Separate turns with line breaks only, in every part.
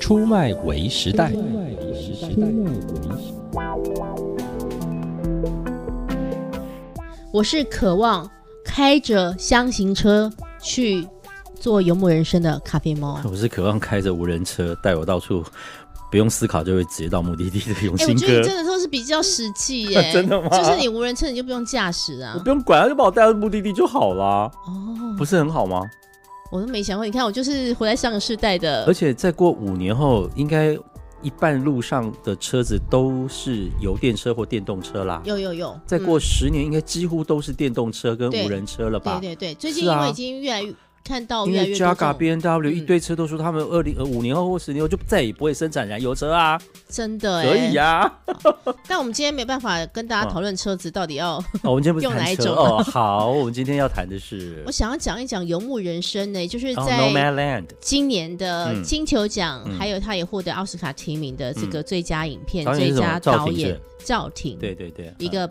出卖为时代。
我是渴望开着箱型车去做游牧人生的咖啡猫。
我是渴望开着无人车带我到处，不用思考就会直接到目的地的永
哎、我
兴
觉得
哥
你。真的都是比较实际耶，
真的吗
就是你无人车你就不用驾驶啊
我。不用管，他就把我带到目的地就好啦，
哦，
不是很好吗？
我都没想过，你看我就是活在上个世代
而
的，
且再过五年后，应该一半路上的车子都是油电车或电动车啦。
有有有，
再过
嗯
十年，应该几乎都是电动车跟
对
无人车了吧？
嗯对对对，最近
是
因
啊
为已经越来越看到
因
越来
为
越多
Jaga
这种
B N W
嗯
一堆车都说他们二零呃五年后或十年后就再也不会生产燃油车啊，
真的
可以啊嗯
哎、
呀、
但我们今天没办法跟大家讨论车子到底要，
哦，我们今天不是
用哪
谈
一
车
种
哦，好，我们今天要谈的是
我想要讲一讲游牧人生呢、就是
哦
在。
Nomad Land，
今年的
嗯
金球奖，
嗯
还有他也获得奥斯卡提名的这个最佳影片、
导演
最
是什
佳
么？赵
导
婷
演
是，
赵婷，
对对对，
一个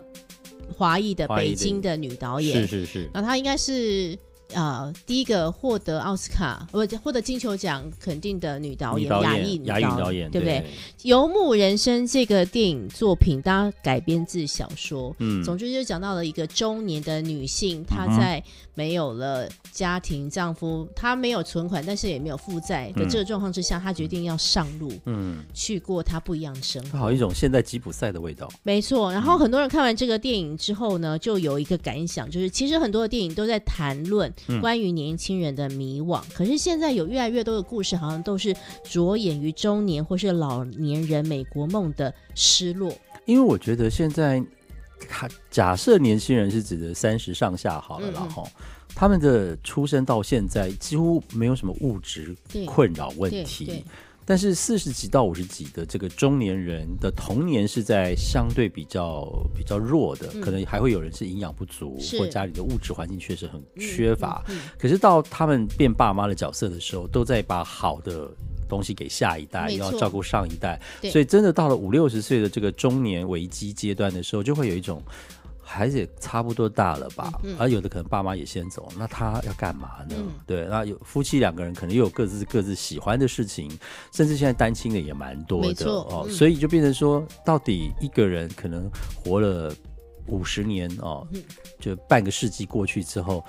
华裔的
华裔
北
的
京的女导
导
演
是，是是，
然后她应该是呃第一个获得奥斯卡呃不获得金球奖肯定的女导演，
女
亚裔
亚裔女导演，
对不
对
对？？《游牧人生》这个电影作品，它改编自小说，
嗯，
总之就讲到了一个中年的女性，她
嗯哼
在没有了家庭、丈夫，她没有存款，但是也没有负债的
嗯
这个状况之下，她决定要上路，
嗯，
去过她不一样的生活。
好一种现在吉普赛的味道，
没错，然后很多人看完这个电影之后呢，就有一个感想，就是其实很多的电影都在谈论
嗯
关于年轻人的迷惘，可是现在有越来越多的故事，好像都是着眼于中年或是老年人美国梦的失落。
因为我觉得现在，他假设年轻人是指的三十上下好了啦
嗯嗯
哈、吼他们的出生到现在几乎没有什么物质
对
困扰问
对对
题，但是四十几到五十几的这个中年人的童年是在相对比较比较弱的，
嗯
可能还会有人是营养不足，
是
或家里的物质环境确实很缺乏。
嗯嗯
可是到他们变爸妈的角色的时候，都在把好的东西给下一代，
没
又
错
要照顾上一代，
对
所以真的到了五六十岁的这个中年危机阶段的时候，就会有一种。孩子也差不多大了吧，啊
嗯嗯
而有的可能爸妈也先走，那他要干嘛呢？
嗯
对，那有夫妻两个人可能又有各自各自喜欢的事情，甚至现在单亲的也蛮多
没
的
错
哦，
嗯
所以就变成说，到底一个人可能活了五十年哦，
嗯
就半个世纪过去之后，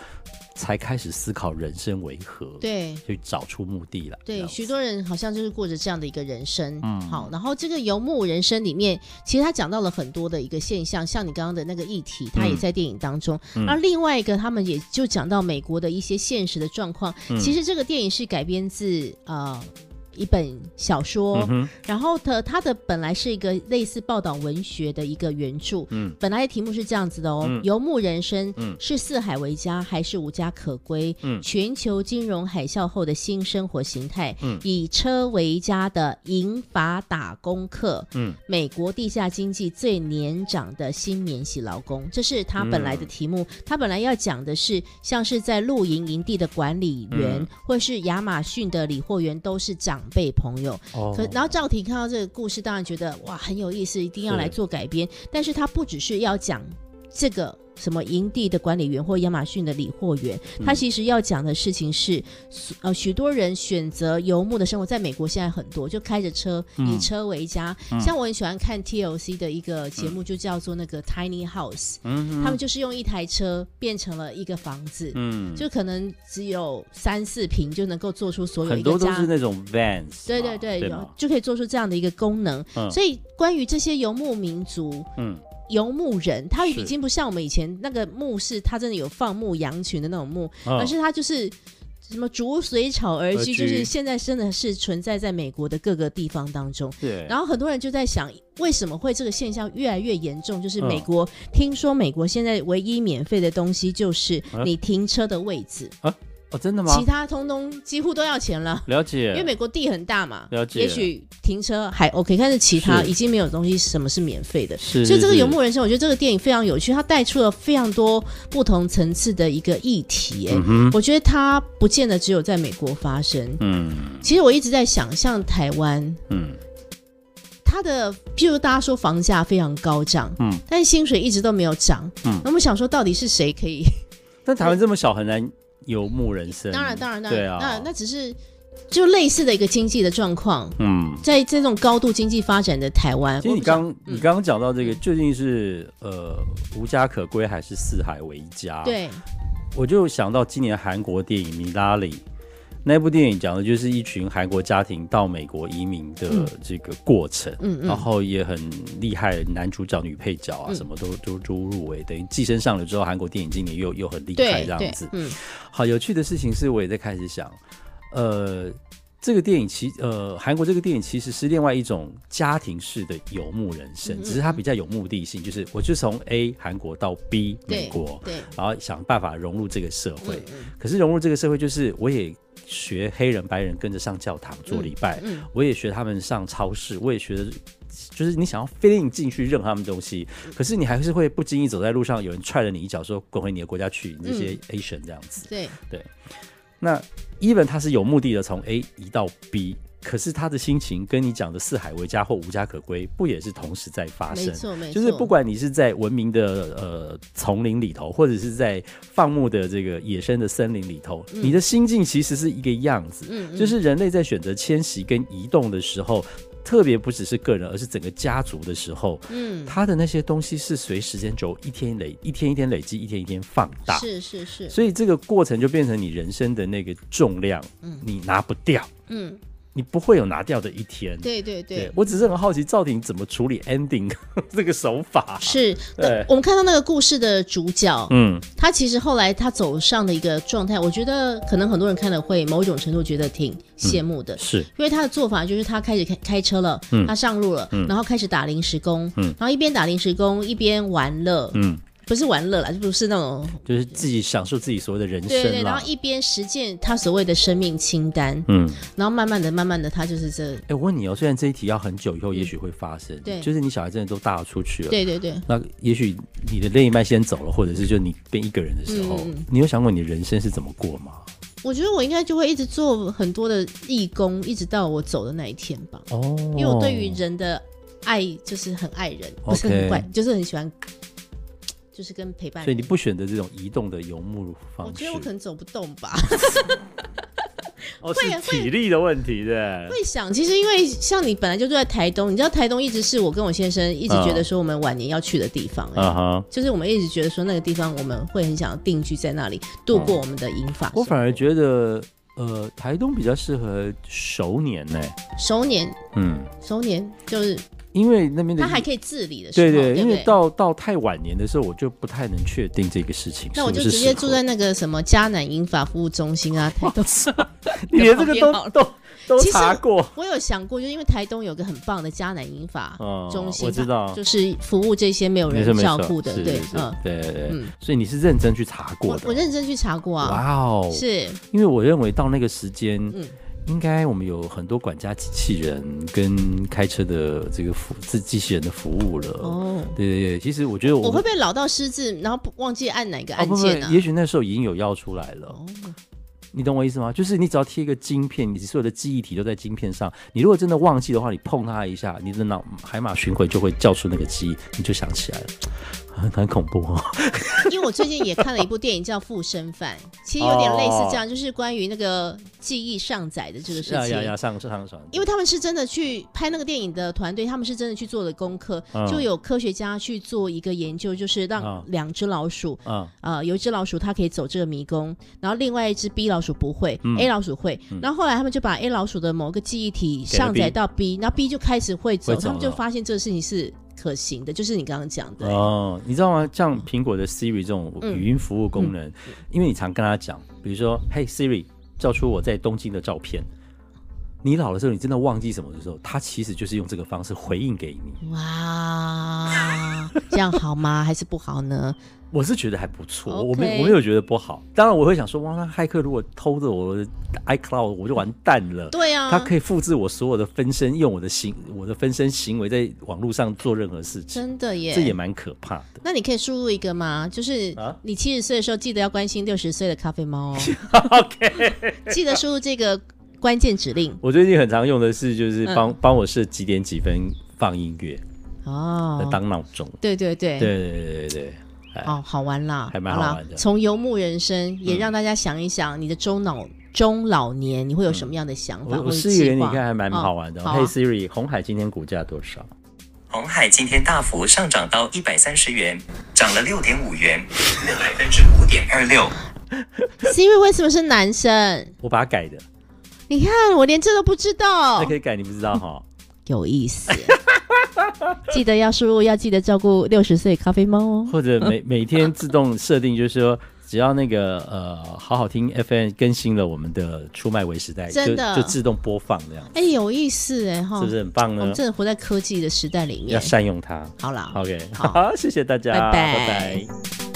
才开始思考人生为何，，
对，
去找出目的了。这
对，
样子
许多人好像就是过着这样的一个人生。
嗯
好，然后这个游牧人生里面，其实他讲到了很多的一个现象，像你刚刚的那个议题，他也在电影当中。
嗯
而另外一个，他们也就讲到美国的一些现实的状况。
嗯
其实这个电影是改编自呃。一本小说，
嗯哼，
然后它它的本来是一个类似报道文学的一个原著，
嗯
本来的题目是这样子的哦：
嗯
游牧人生、
嗯
是四海为家还是无家可归？
嗯
全球金融海啸后的新生活形态，
嗯
以车为家的银发打工客，
嗯
美国地下经济最年长的新免洗劳工，这是他本来
嗯
的题目。他本来要讲的是，像是在露营营地的管理员，
嗯
或是亚马逊的理货员，都是长辈朋友。
哦
可然后赵婷看到这个故事，当然觉得哇很有意思，一定要
是
来做改编。但是他不只是要讲这个什么营地的管理员或亚马逊的理货员，
嗯
他其实要讲的事情是，呃，许多人选择游牧的生活，在美国现在很多，就开着车，以
嗯
车为家。像我很喜欢看 TLC 的一个节目，就叫做那个 Tiny House，、
嗯
他们就是用一台车变成了一个房子。
嗯，
就可能只有三四平就能够做出所有一
很
个
多都
家，
是那种 vans，
对
嘛
对对，
对
有
吗
就可以做出这样的一个功能。
嗯
所以，关于这些游牧民族、
嗯
游牧人，他
是
已经不像我们以前那个牧是，他真的有放牧羊群的那种牧，
嗯
而是他就是。什么逐水草而
而
居，就是
居
现在真的是存在在美国的各个地方当中。
对，
然后很多人就在想，为什么会这个现象越来越严重？就是
嗯
美国，听说美国现在唯一免费的东西就是
啊
你停车的位置，
哦真的吗？
其他通通几乎都要钱了。
了
因为
解，
美国地很大嘛，
了解
也许停车还 OK，但是其他
是
已经没有东西什么是免费的。
是
所以这个
是
游牧人生，我觉得这个电影非常有趣，它带出了非常多不同层次的一个议题、哎
嗯哼
我觉得它不见得只有在美国发生。
嗯
其实我一直在想象台湾，
嗯
它的譬如大家说房价非常高涨，
嗯，
但是薪水一直都没有涨，
嗯
那我们想说到底是谁可以？
但台湾这么小很难游牧人生，
当然，当然，当然，
对啊
那那只是就类似的一个经济的状况，
嗯，
在这种高度经济发展的台湾，
其实
我
你
不嗯知道
刚你刚刚讲到这个，究竟是呃无家可归还是四海为家？，
对
我就想到今年韩国电影《米拉里》那部电影，讲的就是一群韩国家庭到美国移民的
嗯
这个过程。
嗯嗯
然后也很厉害，男主角、女配角啊，
嗯
什么都都都入围，等于寄生上流之后，韩国电影今年又又很厉害
对
这样
对
子。
嗯
好有趣的事情是，我也在开始想，呃，这个电影其呃韩国这个电影其实是另外一种家庭式的游牧人生，
嗯
只是它比较有目的性，就是我就从 A 韩国到 B 美
对
国，
对
然后想办法融入这个社会。
嗯
可是融入这个社会，就是我也学黑人、白人跟着上教堂做礼拜，
嗯
我也学他们上超市，我也学的。就是你想要飞进进去认他们东西，
嗯
可是你还是会不经意走在路上，有人踹了你一脚，说滚回你的国家去，你这些
嗯
Asian 这样子。
对
那 even 他是有目的的从 A 移到 B，可是他的心情跟你讲的四海为家或无家可归，不也是同时在发
没
生？
错没错，
就是不管你是在文明的呃丛林里头，或者是在放牧的这个野生的森林里头，你的心境其实是一个样子。
嗯嗯
就是人类在选择迁徙跟移动的时候，特别不只是个人，而是整个家族的时候，
嗯
他的那些东西是随时间轴一天累一天一天累积，一天一天放大。
是是是
所以这个过程就变成你人生的那个重量，你拿不掉，
嗯
你不会有拿掉的一天。
对对对。
我只是很好奇赵婷怎么处理 ending 这个手法。
是，
对
那我们看到那个故事的主角，
嗯，
他其实后来他走上的一个状态，我觉得可能很多人看了会某种程度觉得
嗯
挺羡慕的，
是
因为他的做法就是他开始开开车了，
嗯
他上路了，然后开始打临时工，然后一边打临时工一边玩乐，
嗯
不是玩乐啦，就不是那种
就是自己享受自己所谓的人
对
生
对，然
啦
后。一边实践他所谓的生命清单，
嗯，
然后慢慢的、慢慢的，他就是这，
哎、我问你哦，虽然这一题要很久以后，也许会发生，
嗯对
就是你小孩真的都大了出去了，
对对对，
那也许你的另一半先走了，或者是就你变一个人的时候，
嗯嗯
你有想过你的人生是怎么过吗？
我觉得我应该就会一直做很多的义工，一直到我走的那一天吧，
哦，
因为我对于人的爱就是很爱人，不是
哦 OK
很怪，就是很喜欢，就是跟陪伴
所以你
人。
不选择这种移动的游牧方式，
我觉得我可能走不动吧，
哦，
会
是
啊
体力的问题对。
会想，其实因为像你本来就住在台东，你知道台东一直是我跟我先生一直觉得说我们晚年要去的地方、哎
啊哈，
就是我们一直觉得说那个地方我们会很想要定居在那里，度过我们的银发生活。
我反而觉得，呃，台东比较适合熟年呢、
熟年，
嗯，
熟年就是
因为那边的
他还可以自理的时候，
对
对
对，
不
因为
对
到到太晚年的时候，我就不太能确定这个事情是
那我
不
就是直接
适合
住 在那个什么迦南银发服务中心啊，台东。
你连这个
旁边好
都
了
都都
其实
查过，
我有想过，就是因为台东有个很棒的迦南银发
嗯
中心，啊
我知道
就是服务这些没有
没事
人
没
照
事，
顾的，
是
对
是，是
嗯，
对对对
嗯，
所以你是认真去查过
我我
的。
认真去查过啊，
哇哦！
是，
因为我认为到那个时间，
嗯
应该我们有很多管家机器人跟开车的这个服自机器人的服务了。
哦，
对对对，其实我觉得
我
我
会
们
被老到失智，然后不忘记按哪个
哦
按
不不，
键啊？
也许那时候已经有药出来了，
哦，
你懂我意思吗？就是你只要贴一个晶片，你所有的记忆体都在晶片上。你如果真的忘记的话，你碰它一下，你的脑海马巡回就会叫出那个记忆，你就想起来了，很很恐怖哦。
因为我最近也看了一部电影叫《附身犯》，其实有点类似这样，就是关于那个记忆上载的这个事
哦呀呀
情
呀，。上上上
因为他们是真的去拍那个电影的团队，他们是真的去做了功课，
嗯
就有科学家去做一个研究，就是让
嗯
两只老鼠，
啊、
呃，有一只老鼠它可以走这个迷宫，然后另外一只 B 老鼠不会、
嗯
a 老鼠会，然后后来他们就把 A 老鼠的某个记忆体
给了
上载到 B，那 B 就开始会走，
会走
他们就
了
发现这个事情是可行的，就是你刚刚讲的，
哦，你知道吗？像苹果的 Siri 这种
嗯
语音服务功能，因为你常跟他讲，比如说嘿 Siri，叫出我在东京的照片。”你老的时候，你真的忘记什么的时候，它其实就是用这个方式回应给你。
哇，这样好吗？还是不好呢？
我是觉得还不错
OK
我没我没有觉得不好。当然，我会想说，哇，那骇客如果偷着我的 iCloud，我就完蛋了。
对啊，
他可以复制我所有的分身，用我的行我的分身行为在网络上做任何事情，
真的耶，
这也蛮可怕的。
那你可以输入一个吗？就是
啊
你七十岁的时候，记得要关心六十岁的咖啡猫 哦。OK，记得输入这个关键指令
我最近很常用的是，就是
嗯
帮帮我设几点几分放音乐来
哦。
当闹钟。
对对对，
对对对对对，哎
哦，好玩啦，
还蛮
啦
好玩的嗯
从游牧人生也让大家想一想，你的周脑中老年，你会有什么样的想法
我
或
我
者
是以为
计
你
划？
看还蛮好玩的。
嗯好啊
Hey Siri，红海今天股价多少？
红海今天大幅上涨到一百三十元，涨了六点五元，百分之五点二六。
Siri 为什么是男生？
我把它改的，
哦你看，我连这都不知道
那，可以改，你不知道哈？
有意思。 记得要输入，要记得照顾六十岁咖啡猫 哦。
或者 每每天自动设定，就是说，只要那个呃好好听 FM 更新了我们的出卖为时代，就
真的
就自动播放这样，
哎，有意思哎哈，
是不是很棒
我
呢
们？真的活在科技的时代里
要
面。
善用它。
好啦，
OK，
好
好，谢谢大家，
拜拜
拜拜